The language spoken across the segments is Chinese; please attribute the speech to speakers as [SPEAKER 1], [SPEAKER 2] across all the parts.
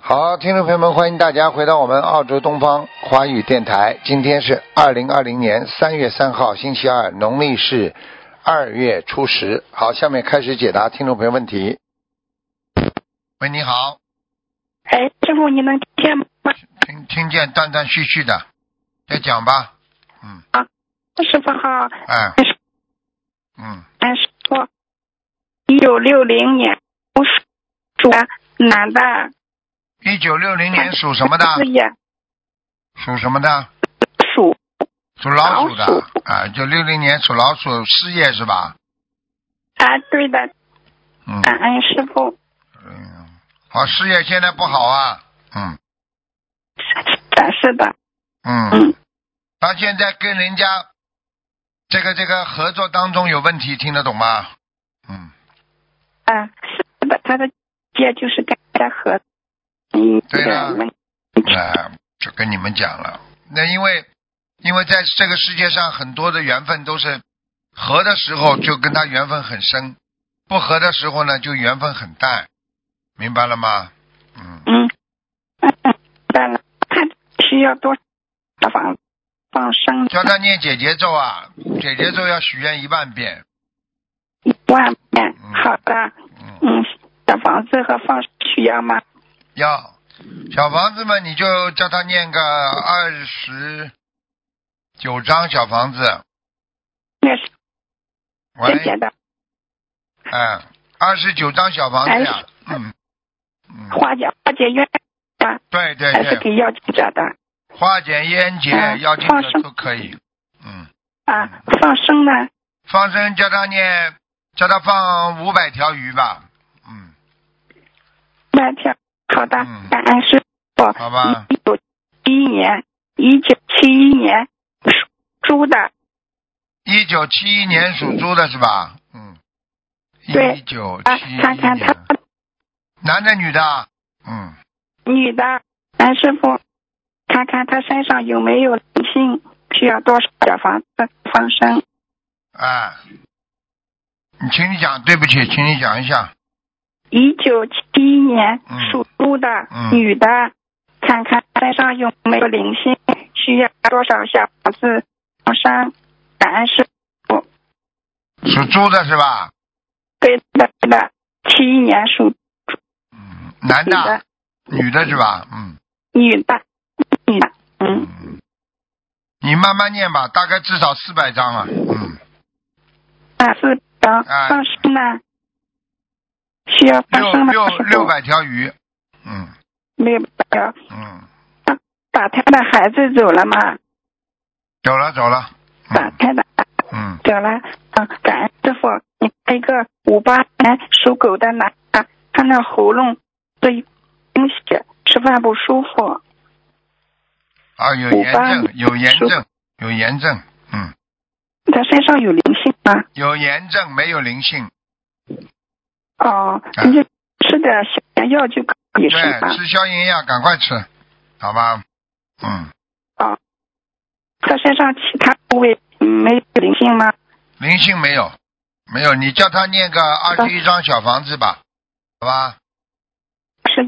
[SPEAKER 1] 好，听众朋友们，欢迎大家回到我们澳洲东方华语电台。今天是二零二零年三月三号，星期二，农历是二月初十。好，下面开始解答听众朋友问题。喂，你好，
[SPEAKER 2] 哎，师傅，你能听见吗？
[SPEAKER 1] 听听见断断续续的，再讲吧。嗯，
[SPEAKER 2] 师傅好，
[SPEAKER 1] 哎，嗯，
[SPEAKER 2] 哎，师傅，一九六零年属猪的男的，
[SPEAKER 1] 一九六零年属什么的？
[SPEAKER 2] 事业
[SPEAKER 1] 属什么的？
[SPEAKER 2] 属
[SPEAKER 1] 属老鼠的
[SPEAKER 2] 老鼠
[SPEAKER 1] 啊，就六零年属老鼠，事业是吧？
[SPEAKER 2] 啊，对的，
[SPEAKER 1] 嗯
[SPEAKER 2] 感恩师傅。
[SPEAKER 1] 嗯，好，事业现在不好啊。嗯
[SPEAKER 2] 展示的，
[SPEAKER 1] 嗯
[SPEAKER 2] 嗯，
[SPEAKER 1] 他现在跟人家这个这个合作当中有问题，听得懂吗？嗯，
[SPEAKER 2] 啊，是的，他的业就是跟他合，嗯，
[SPEAKER 1] 对了
[SPEAKER 2] 们
[SPEAKER 1] 哎，就跟你们讲了，那因为因为在这个世界上很多的缘分都是合的时候就跟他缘分很深，不合的时候呢就缘分很淡，明白了吗？嗯，
[SPEAKER 2] 嗯，嗯，嗯当了，他需要多少房放生
[SPEAKER 1] 叫他念姐姐咒啊，姐姐咒要许愿一万遍。
[SPEAKER 2] 一万遍
[SPEAKER 1] 嗯，
[SPEAKER 2] 好的，
[SPEAKER 1] 嗯。
[SPEAKER 2] 嗯，小房子和放生需要吗？
[SPEAKER 1] 要小房子嘛，你就叫他念个二十九张小房子。
[SPEAKER 2] 那是
[SPEAKER 1] 喂
[SPEAKER 2] 真，简单。
[SPEAKER 1] 嗯，二十九张小房子呀、
[SPEAKER 2] 哎
[SPEAKER 1] 嗯嗯，
[SPEAKER 2] 化解化解冤啊，
[SPEAKER 1] 对对
[SPEAKER 2] 还是
[SPEAKER 1] 对，
[SPEAKER 2] 给要经者的
[SPEAKER 1] 化解冤结、
[SPEAKER 2] 嗯
[SPEAKER 1] 要经
[SPEAKER 2] 放
[SPEAKER 1] 者
[SPEAKER 2] 生
[SPEAKER 1] 都可以。嗯，
[SPEAKER 2] 啊？放生呢？
[SPEAKER 1] 放生叫他念，叫他放五百条鱼吧。嗯，
[SPEAKER 2] 那条好的
[SPEAKER 1] 嗯，
[SPEAKER 2] 感恩师傅。
[SPEAKER 1] 好吧
[SPEAKER 2] 一九七一年，一九七一年属猪的，
[SPEAKER 1] 一九七一年属猪的是吧？嗯，
[SPEAKER 2] 对
[SPEAKER 1] 一九
[SPEAKER 2] 啊，
[SPEAKER 1] 七一
[SPEAKER 2] 看看他
[SPEAKER 1] 年，男的女的？嗯，
[SPEAKER 2] 女的，男师傅，看看他身上有没有灵性，需要多少小房子放生？
[SPEAKER 1] 哎，你请你讲，对不起，请你讲一下。
[SPEAKER 2] 一九七一年
[SPEAKER 1] 嗯
[SPEAKER 2] 属猪的
[SPEAKER 1] 嗯
[SPEAKER 2] 女的，看看身上有没有灵性，需要多少小房子放生？感恩师傅，
[SPEAKER 1] 属猪的是吧？
[SPEAKER 2] 对的对的，七一年属
[SPEAKER 1] 嗯，男
[SPEAKER 2] 女的
[SPEAKER 1] 的，，女的是吧？嗯
[SPEAKER 2] 女的，女的，嗯，
[SPEAKER 1] 嗯，你慢慢念吧，大概至少四百张啊。嗯，
[SPEAKER 2] 啊是的，
[SPEAKER 1] 哎
[SPEAKER 2] 放生呢？需要放
[SPEAKER 1] 六
[SPEAKER 2] 生吗？
[SPEAKER 1] 六
[SPEAKER 2] 师傅
[SPEAKER 1] 六百条鱼。嗯
[SPEAKER 2] 没有没有，
[SPEAKER 1] 嗯，
[SPEAKER 2] 打胎的孩子走了吗？
[SPEAKER 1] 走了走了。
[SPEAKER 2] 打
[SPEAKER 1] 嗯
[SPEAKER 2] 胎的
[SPEAKER 1] 嗯，
[SPEAKER 2] 走了，啊，感恩师傅，你看一个五八年属狗的男的，他那喉咙对东西吃饭不舒服，
[SPEAKER 1] 啊，有炎症，有炎症，有炎症。嗯，
[SPEAKER 2] 他身上有灵性吗？
[SPEAKER 1] 有炎症，没有灵性。
[SPEAKER 2] 哦，你就吃点消炎药就可
[SPEAKER 1] 啊对
[SPEAKER 2] 以是吧，？
[SPEAKER 1] 吃消炎药，赶快吃，好吧？嗯，
[SPEAKER 2] 他身上其他部位没有灵性吗？
[SPEAKER 1] 灵性没有，没有，你叫他念个二十一张小房子吧，好吧？
[SPEAKER 2] 是，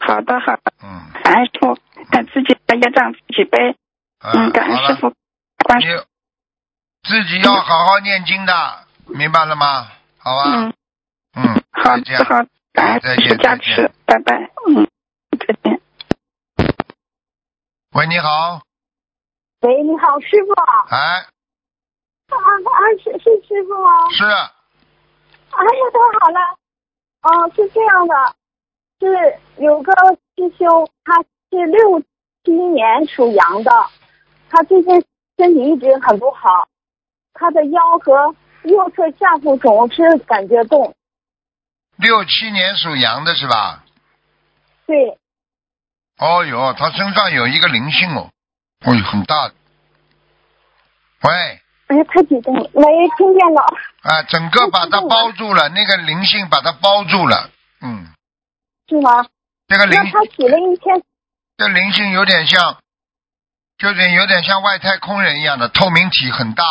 [SPEAKER 2] 好的好的，
[SPEAKER 1] 嗯，
[SPEAKER 2] 感恩师傅，但自己的业障自己背，
[SPEAKER 1] 呃
[SPEAKER 2] 嗯，感恩
[SPEAKER 1] 好
[SPEAKER 2] 师
[SPEAKER 1] 了，
[SPEAKER 2] 傅，
[SPEAKER 3] 啊
[SPEAKER 2] 关
[SPEAKER 1] 你自己要好好念经的，明白了吗？好吧，
[SPEAKER 2] 嗯，
[SPEAKER 1] 嗯，
[SPEAKER 2] 好
[SPEAKER 1] 再见哎
[SPEAKER 2] 的好的，感
[SPEAKER 1] 再
[SPEAKER 2] 恩
[SPEAKER 1] 见
[SPEAKER 2] 师傅加
[SPEAKER 1] 再见
[SPEAKER 2] 持，拜拜，嗯，再见。
[SPEAKER 1] 喂，你好，
[SPEAKER 3] 喂，你好，师傅。啊
[SPEAKER 1] 哎，
[SPEAKER 3] 啊，是是师傅吗？
[SPEAKER 1] 是，啊
[SPEAKER 3] 哎呀，太好了。哦，是这样的，是有个师兄，他是六七年属羊的，他最近身体一直很不好，他的腰和右侧下腹总是感觉痛。
[SPEAKER 1] 六七年属羊的是吧？
[SPEAKER 3] 对，
[SPEAKER 1] 哦哟，他身上有一个灵性哦，哦哟，很大的。喂，
[SPEAKER 3] 哎呀，太激动了，没听见了。
[SPEAKER 1] 啊，整个把它包住了，那个灵性把它包住了，嗯，
[SPEAKER 3] 是吗？
[SPEAKER 1] 这个灵
[SPEAKER 3] 那他起了一天，
[SPEAKER 1] 这灵性有点像，就是有点像外太空人一样的透明体，很大。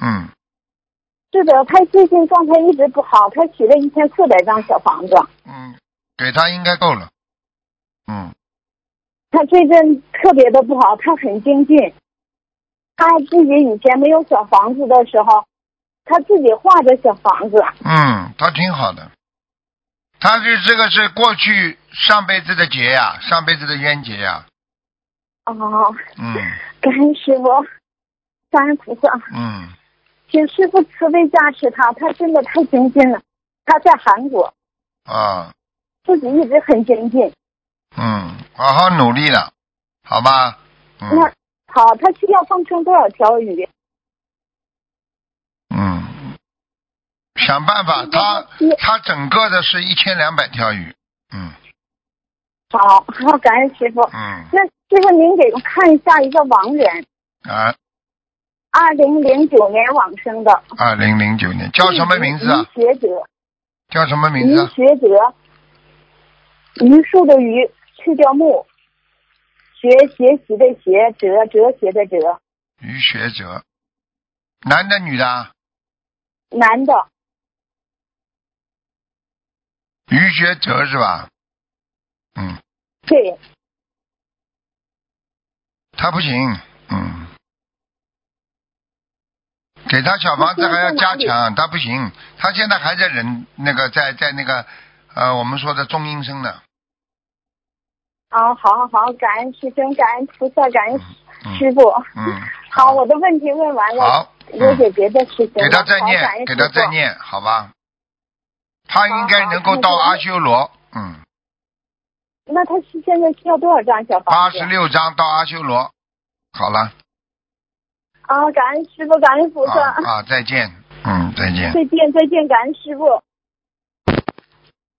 [SPEAKER 1] 嗯，
[SPEAKER 3] 是的，他最近状态一直不好，他起了一千四百张小房子。
[SPEAKER 1] 嗯，给他应该够了。嗯，
[SPEAKER 3] 他最近特别的不好，他很精进。他自己以前没有小房子的时候，他自己画的小房子。
[SPEAKER 1] 嗯，他挺好的。他是这个是过去上辈子的劫呀、上辈子的冤结呀、
[SPEAKER 3] 哦，
[SPEAKER 1] 嗯
[SPEAKER 3] 感恩师傅，感恩菩萨，
[SPEAKER 1] 嗯，
[SPEAKER 3] 请师傅慈悲加持他，他真的太精进了。他在韩国，
[SPEAKER 1] 啊，
[SPEAKER 3] 自己一直很精进。
[SPEAKER 1] 嗯，好好努力了，好吧？嗯
[SPEAKER 3] 那好，他需要放生多少条鱼？
[SPEAKER 1] 嗯，想办法，他他整个的是一千两百条鱼。嗯
[SPEAKER 3] 好，好，感恩师傅。
[SPEAKER 1] 嗯
[SPEAKER 3] 那师傅您给我看一下一个亡人，
[SPEAKER 1] 啊，
[SPEAKER 3] 二零零九年往生的，
[SPEAKER 1] 二零零九年
[SPEAKER 3] 嗯
[SPEAKER 1] 叫什么名字啊？
[SPEAKER 3] 于学哲，
[SPEAKER 1] 叫什么名
[SPEAKER 3] 于
[SPEAKER 1] 字啊？
[SPEAKER 3] 学哲，榆树的榆，去掉木，学学习的学，哲哲学的哲，
[SPEAKER 1] 于学哲，男的女的啊？
[SPEAKER 3] 男的，
[SPEAKER 1] 于学哲是吧？嗯，
[SPEAKER 3] 对，
[SPEAKER 1] 他不行，嗯，给他小房子还要加强，他不行，他现在还在人那个在在那个呃我们说的中阴身呢，
[SPEAKER 3] 啊，好好好，感恩师兄，感恩菩萨，感恩
[SPEAKER 1] 嗯
[SPEAKER 3] 师傅。
[SPEAKER 1] 嗯，
[SPEAKER 3] 好，我的问题问完了，
[SPEAKER 1] 好，
[SPEAKER 3] 有
[SPEAKER 1] 嗯
[SPEAKER 3] 解别的事情了。
[SPEAKER 1] 给他再
[SPEAKER 3] 好感
[SPEAKER 1] 念，
[SPEAKER 3] 恩
[SPEAKER 1] 给
[SPEAKER 3] 师
[SPEAKER 1] 他再
[SPEAKER 3] 父
[SPEAKER 1] 念，好吧？他应该
[SPEAKER 3] 好
[SPEAKER 1] 能够
[SPEAKER 3] 那
[SPEAKER 1] 到
[SPEAKER 3] 就
[SPEAKER 1] 阿修罗，嗯，
[SPEAKER 3] 那他是现在需要多少张小
[SPEAKER 1] 八
[SPEAKER 3] 房子？
[SPEAKER 1] 十六章到阿修罗，好了，
[SPEAKER 3] 啊，感恩师傅，感恩菩萨，
[SPEAKER 1] 啊啊，再见，嗯，再见。
[SPEAKER 3] 再见再见，感恩师傅。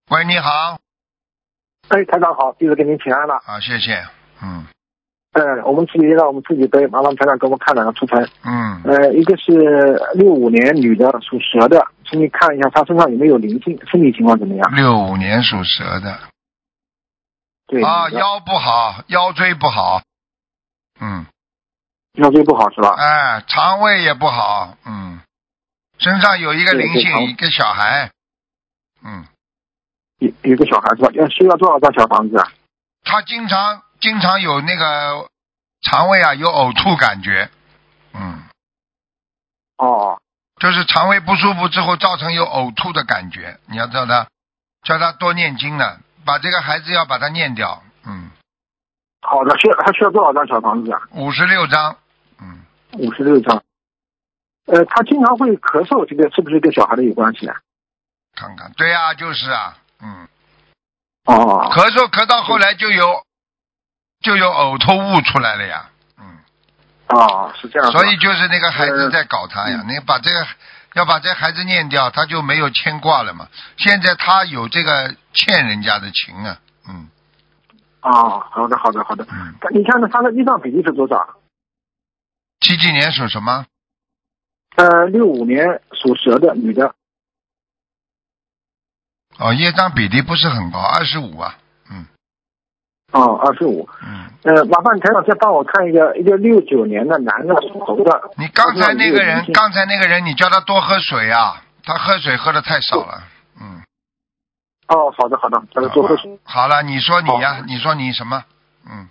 [SPEAKER 1] 喂，你好，
[SPEAKER 4] 哎，台长好，弟子给您请安了。
[SPEAKER 1] 好，谢谢，嗯
[SPEAKER 4] 嗯，我们自己让我们自己背，麻烦台长给我们看两个图腾。
[SPEAKER 1] 嗯，
[SPEAKER 4] 呃，一个是六五年女的，属蛇的，请你看一下她身上有没有灵性，身体情况怎么样？
[SPEAKER 1] 六五年属蛇的，
[SPEAKER 4] 对
[SPEAKER 1] 啊，
[SPEAKER 4] 女的
[SPEAKER 1] 腰不好，腰椎不好，嗯，
[SPEAKER 4] 腰椎不好是吧？
[SPEAKER 1] 哎，肠胃也不好，嗯，身上有一个
[SPEAKER 4] 对
[SPEAKER 1] 灵
[SPEAKER 4] 对
[SPEAKER 1] 性，
[SPEAKER 4] 肠
[SPEAKER 1] 一个小孩，嗯，
[SPEAKER 4] 有有一个小孩是吧？要需要多少张小房子啊？
[SPEAKER 1] 他经常经常有那个肠胃啊有呕吐感觉，嗯，
[SPEAKER 4] 哦，
[SPEAKER 1] 就是肠胃不舒服之后造成有呕吐的感觉，你要叫他叫他多念经了，把这个孩子要把他念掉，嗯，
[SPEAKER 4] 好的，需要她需要多少张小房子啊？
[SPEAKER 1] 五十六章，嗯。
[SPEAKER 4] 五十六张。呃，她经常会咳嗽，这个是不是跟小孩子有关系啊？
[SPEAKER 1] 看看，对啊，就是啊，嗯，
[SPEAKER 4] 哦，
[SPEAKER 1] 咳嗽咳到后来就有就有呕吐物出来了呀，嗯，
[SPEAKER 4] 哦，是这样是吧。嗯
[SPEAKER 1] 所以就是那个孩子在搞他呀，你把这个要把这孩子念掉，他就没有牵挂了嘛。现在他有这个欠人家的情啊，嗯
[SPEAKER 4] 哦，好的，好的，好的。
[SPEAKER 1] 嗯，
[SPEAKER 4] 你看看她的心脏比例是多少？
[SPEAKER 1] 七几年属什么？
[SPEAKER 4] 呃，六五年属蛇的女的，
[SPEAKER 1] 哦，业障比例不是很高，二十五啊，嗯
[SPEAKER 4] 哦，二十五。
[SPEAKER 1] 嗯，
[SPEAKER 4] 呃，麻烦台长再帮我看一个，一个六九年的男的，属猴的。
[SPEAKER 1] 你刚才那个人，
[SPEAKER 4] 嗯
[SPEAKER 1] 刚才那个人，你叫他多喝水啊，他喝水喝的太少了，嗯，
[SPEAKER 4] 哦，好的好的，叫他做后。
[SPEAKER 1] 好了，你说你呀、你说你什么？嗯。啊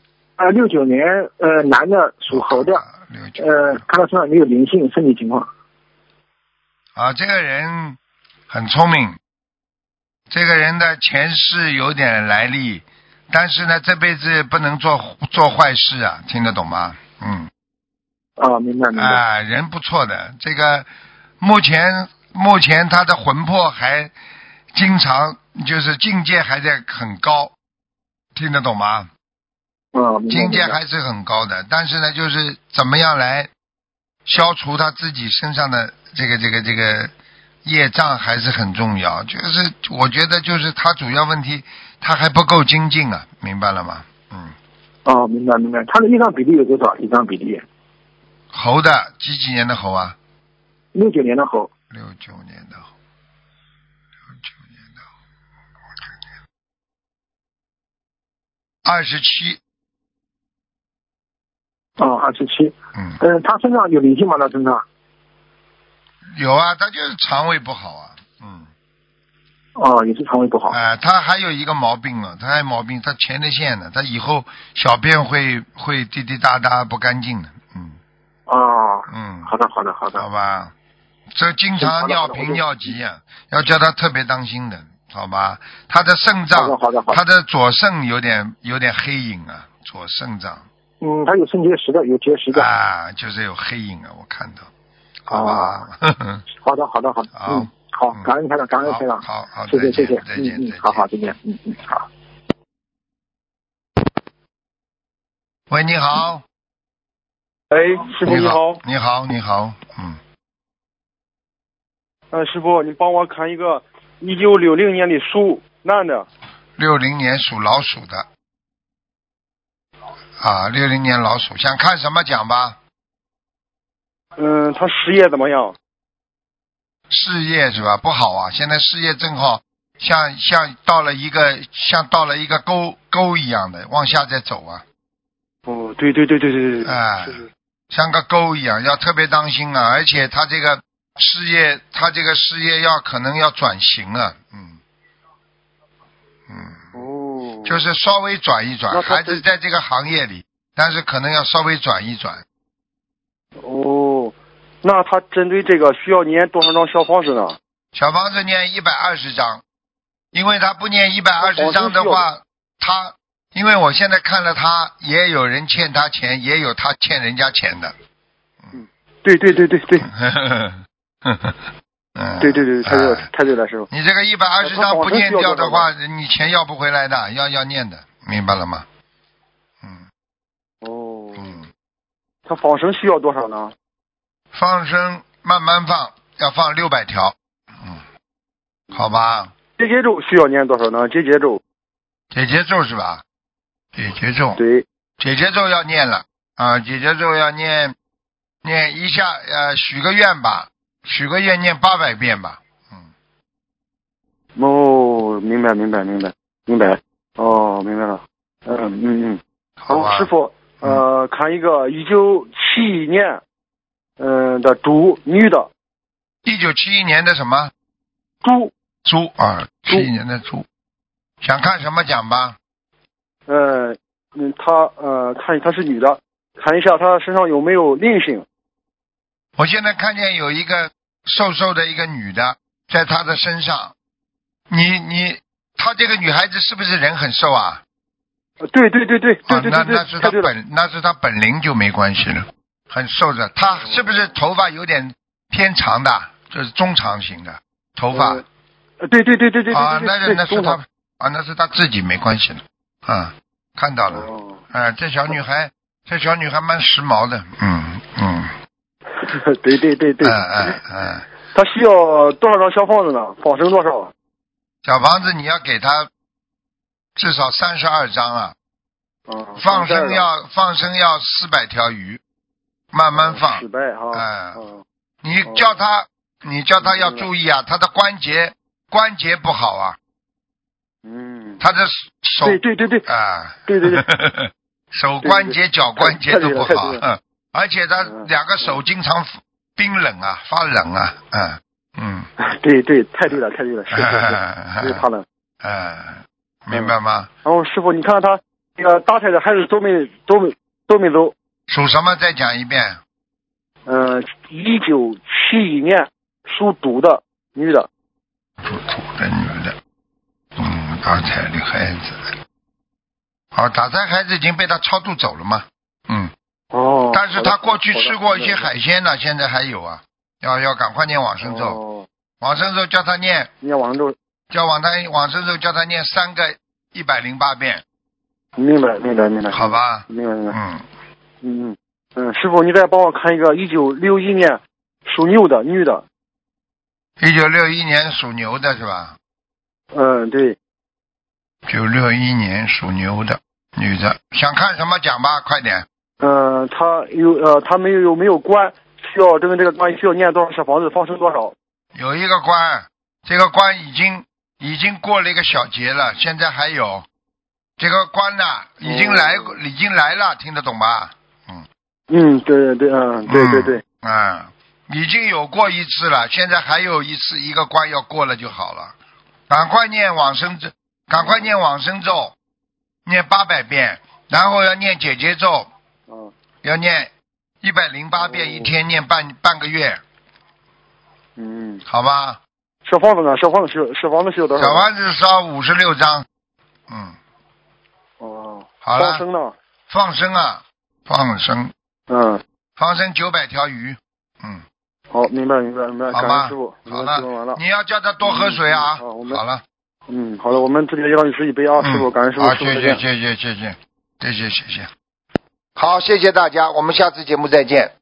[SPEAKER 4] 呃，六九年呃男的属猴的，
[SPEAKER 1] 六九
[SPEAKER 4] 呃，看他身上有没有灵性，身体情况。
[SPEAKER 1] 啊，这个人很聪明，这个人的前世有点来历，但是呢，这辈子不能做做坏事啊，听得懂吗？嗯，
[SPEAKER 4] 哦，明白明白。
[SPEAKER 1] 啊，人不错的，这个目前目前他的魂魄还经常就是境界还在很高，听得懂吗？
[SPEAKER 4] 哦，明白
[SPEAKER 1] 境
[SPEAKER 4] 明
[SPEAKER 1] 界
[SPEAKER 4] 白。
[SPEAKER 1] 还是很高的，但是呢，就是怎么样来消除他自己身上的这个这个这个业障还是很重要。就是我觉得就是他主要问题他还不够精进啊，明白了吗？嗯，
[SPEAKER 4] 哦，明白明白。他的一张比例有多少？一张比例？
[SPEAKER 1] 猴的几几年的猴啊？
[SPEAKER 4] 六九年的猴。
[SPEAKER 1] 六九年的猴，啊六九年的猴，二十七，
[SPEAKER 4] 哦，二十七。
[SPEAKER 1] 嗯，
[SPEAKER 4] 嗯，他身上有灵性吗？他身上？
[SPEAKER 1] 有啊，他就是肠胃不好啊，嗯，
[SPEAKER 4] 哦，也是肠胃不好。
[SPEAKER 1] 哎，他还有一个毛病呢，他还有毛病，他前列腺呢，他以后小便会会滴滴答答不干净的，嗯
[SPEAKER 4] 哦，
[SPEAKER 1] 嗯，
[SPEAKER 4] 好的，好的，好
[SPEAKER 1] 好
[SPEAKER 4] 的，
[SPEAKER 1] 吧，这经常
[SPEAKER 4] 好的
[SPEAKER 1] 尿
[SPEAKER 4] 好的我
[SPEAKER 1] 频
[SPEAKER 4] 就
[SPEAKER 1] 尿急啊，要叫他特别当心的，好吧？他的肾
[SPEAKER 4] 好的，
[SPEAKER 1] 脏，
[SPEAKER 4] 好的，好的。
[SPEAKER 1] 他的左肾有点有点黑影啊，左肾脏
[SPEAKER 4] 嗯，他有肾结石的，有结石的。
[SPEAKER 1] 啊，就是有黑影啊，我看到，好吧？
[SPEAKER 4] 好的，好的，好的。
[SPEAKER 1] 好
[SPEAKER 4] 嗯，好
[SPEAKER 1] 嗯，
[SPEAKER 4] 感恩台长，感恩台
[SPEAKER 1] 好
[SPEAKER 4] 长。
[SPEAKER 1] 好好，
[SPEAKER 4] 谢
[SPEAKER 1] 再
[SPEAKER 4] 谢，
[SPEAKER 1] 见
[SPEAKER 4] 谢谢。
[SPEAKER 1] 再
[SPEAKER 4] 嗯
[SPEAKER 1] 见
[SPEAKER 4] 嗯
[SPEAKER 1] 再，
[SPEAKER 4] 好好，
[SPEAKER 1] 见。
[SPEAKER 4] 再见。嗯嗯，好。
[SPEAKER 1] 喂，你好，
[SPEAKER 5] 喂，哎师傅
[SPEAKER 1] 你
[SPEAKER 5] 你好，，
[SPEAKER 1] 你好，你好，嗯，
[SPEAKER 5] 嗯，师傅，你帮我看一个一九六零年的书，男的，
[SPEAKER 1] 六零年属老鼠的，啊，六零年老鼠，想看什么讲吧？
[SPEAKER 5] 嗯，他事业怎么样？
[SPEAKER 1] 事业是吧？不好啊，现在事业正好像像到了一个像到了一个沟沟一样的往下在走啊，
[SPEAKER 5] 哦，对对对对对对，
[SPEAKER 1] 哎
[SPEAKER 5] 是是
[SPEAKER 1] 像个沟一样，要特别当心啊！而且他这个事业，他这个事业要可能要转型啊，嗯嗯，
[SPEAKER 5] 哦，
[SPEAKER 1] 就是稍微转一转，
[SPEAKER 5] 那他
[SPEAKER 1] 还是在这个行业里，但是可能要稍微转一转。
[SPEAKER 5] 哦，那他针对这个需要念多少张小房子呢？
[SPEAKER 1] 小房子念一百二十章，因为他不念一百二十章的
[SPEAKER 5] 哦
[SPEAKER 1] 话，他因为我现在看了他，也有人欠他钱，也有他欠人家钱的。
[SPEAKER 5] 对对对对对
[SPEAKER 1] 啊嗯，
[SPEAKER 5] 对对对，太对了
[SPEAKER 1] 哎
[SPEAKER 5] 太对了，师傅。
[SPEAKER 1] 你这个一百二十
[SPEAKER 5] 那他
[SPEAKER 1] 张不
[SPEAKER 5] 往生
[SPEAKER 1] 念
[SPEAKER 5] 需要
[SPEAKER 1] 掉的
[SPEAKER 5] 多少
[SPEAKER 1] 话，你钱要不回来的，要要念的，明白了吗？嗯
[SPEAKER 5] 哦，
[SPEAKER 1] 嗯，
[SPEAKER 5] 他放生需要多少呢？
[SPEAKER 1] 放生慢慢放，要放六百条，嗯，好吧，
[SPEAKER 5] 结节咒需要念多少呢？结节咒，
[SPEAKER 1] 解结咒是吧？解结咒，
[SPEAKER 5] 对，
[SPEAKER 1] 解结咒要念了啊，解结咒要念念一下，呃，许个愿吧，许个愿念八百遍吧，嗯，
[SPEAKER 5] 哦，明白明白明白明白，哦，明白了，嗯嗯嗯。
[SPEAKER 1] 好吧
[SPEAKER 5] 好，师，傅，呃，看一个一九七一年，嗯、的猪，女的
[SPEAKER 1] 一九七一年的什么？
[SPEAKER 5] 猪，
[SPEAKER 1] 猪啊，七
[SPEAKER 5] 猪
[SPEAKER 1] 一年的猪，想看什么讲吧？
[SPEAKER 5] 呃，嗯，她呃，看她是女的，看一下她身上有没有灵性，
[SPEAKER 1] 我现在看见有一个瘦瘦的一个女的在她的身上，你你，她这个女孩子是不是人很瘦啊？
[SPEAKER 5] 呃对对对对
[SPEAKER 1] 啊
[SPEAKER 5] 对，对
[SPEAKER 1] 那
[SPEAKER 5] 对对，
[SPEAKER 1] 那是她
[SPEAKER 5] 太对了，
[SPEAKER 1] 本那是她本龄就没关系了，很瘦的。她是不是头发有点偏长的，就是中长型的头发？
[SPEAKER 5] 呃呃对对对对对对
[SPEAKER 1] 啊，
[SPEAKER 5] 对
[SPEAKER 1] 那
[SPEAKER 5] 对
[SPEAKER 1] 那是
[SPEAKER 5] 中
[SPEAKER 1] 她
[SPEAKER 5] 了
[SPEAKER 1] 啊，那是她自己没关系了。啊，看到了。
[SPEAKER 5] 哦，
[SPEAKER 1] 哎、这小女孩，这小女孩蛮时髦的。嗯嗯。
[SPEAKER 5] 对对对
[SPEAKER 1] 嗯
[SPEAKER 5] 对，
[SPEAKER 1] 嗯嗯，
[SPEAKER 5] 她需要多少张小房子呢？放生多少？
[SPEAKER 1] 小房子你要给她至少三十二张啊，
[SPEAKER 5] 啊，
[SPEAKER 1] 放
[SPEAKER 5] 这儿
[SPEAKER 1] 生
[SPEAKER 5] 了
[SPEAKER 1] 要放生要四百条鱼，慢慢放
[SPEAKER 5] 失。败哈，
[SPEAKER 1] 哎
[SPEAKER 5] 嗯
[SPEAKER 1] 你叫她，你叫她要
[SPEAKER 5] 明白
[SPEAKER 1] 注意啊，她的关节关节不好啊，
[SPEAKER 5] 嗯，
[SPEAKER 1] 她的手
[SPEAKER 5] 对对对对
[SPEAKER 1] 啊，
[SPEAKER 5] 对对对，
[SPEAKER 1] 手关节、脚关节都不
[SPEAKER 5] 太
[SPEAKER 1] 好
[SPEAKER 5] 对了太对，了
[SPEAKER 1] 嗯，而且她
[SPEAKER 5] 嗯
[SPEAKER 1] 两个手经常冰冷啊，发冷啊，嗯嗯，
[SPEAKER 5] 对对，太对了太对了，是是 是，就是
[SPEAKER 1] 嗯
[SPEAKER 5] 她了。
[SPEAKER 1] 嗯，明白吗？
[SPEAKER 5] 然后师傅，你看看他那个搭台的孩子都没都没都没走。
[SPEAKER 1] 属什么？再讲一遍。
[SPEAKER 5] 嗯、呃，一九七一年属猪的女的，
[SPEAKER 1] 属猪的女的，嗯，打胎的孩子，哦，打胎孩子已经被他超度走了嘛，嗯，
[SPEAKER 5] 哦
[SPEAKER 1] 但是他过去吃过一些海鲜呢，现在还有啊，要要赶快念往生咒，
[SPEAKER 5] 哦，
[SPEAKER 1] 往生咒叫他念，
[SPEAKER 5] 念完之后，
[SPEAKER 1] 叫往他往生咒叫他念三个一百零八遍，
[SPEAKER 5] 明白明白明白，
[SPEAKER 1] 好，吧，
[SPEAKER 5] 明白明白，
[SPEAKER 1] 嗯，
[SPEAKER 5] 嗯嗯嗯，师傅，你再帮我看一个一九六一年属牛的女的，
[SPEAKER 1] 一九六一年属牛的是吧？
[SPEAKER 5] 嗯、对，
[SPEAKER 1] 九六一年属牛的女的，想看什么讲吧，快点，
[SPEAKER 5] 嗯、她有呃她没有有没有关，需要这个这个关需要念多少小房子，放生多少？
[SPEAKER 1] 有一个关，这个关已经已经过了一个小节了，现在还有这个关呐、已经来、
[SPEAKER 5] 哦
[SPEAKER 1] 过，已经来了，听得懂吧？
[SPEAKER 5] 嗯，对对对，嗯，对对对，
[SPEAKER 1] 嗯，已经有过一次了，现在还有一次一个关要过了就好了。赶快念往生咒，赶快念往生咒，念八百遍，然后要念姐姐咒，
[SPEAKER 5] 嗯
[SPEAKER 1] 要念一百零八
[SPEAKER 5] 哦
[SPEAKER 1] 遍，一天念半半个月，
[SPEAKER 5] 嗯，
[SPEAKER 1] 好吧？
[SPEAKER 5] 小房子呢？小房子是小房子是有多少？
[SPEAKER 1] 小房子烧五十六张，嗯，
[SPEAKER 5] 哦，
[SPEAKER 1] 好
[SPEAKER 5] 放
[SPEAKER 1] 了，
[SPEAKER 5] 生呢？
[SPEAKER 1] 放生啊，放生，
[SPEAKER 5] 嗯，
[SPEAKER 1] 放生九百条鱼，嗯，
[SPEAKER 5] 好，明白明白明白，
[SPEAKER 1] 好
[SPEAKER 5] 啊感
[SPEAKER 1] 吧
[SPEAKER 5] 恩师傅，
[SPEAKER 1] 好
[SPEAKER 5] 我
[SPEAKER 1] 了
[SPEAKER 5] 们问完了。
[SPEAKER 1] 你要叫他多喝水啊，
[SPEAKER 5] 嗯好我们
[SPEAKER 1] 好了，
[SPEAKER 5] 嗯，好的，我们自己的业障与师一杯啊，
[SPEAKER 1] 嗯，
[SPEAKER 5] 师傅，感恩师傅，
[SPEAKER 1] 好，
[SPEAKER 5] 师傅
[SPEAKER 1] 谢
[SPEAKER 5] 再
[SPEAKER 1] 谢谢谢谢
[SPEAKER 5] 见。
[SPEAKER 1] 谢谢谢谢谢，好，谢谢大家，我们下次节目再见。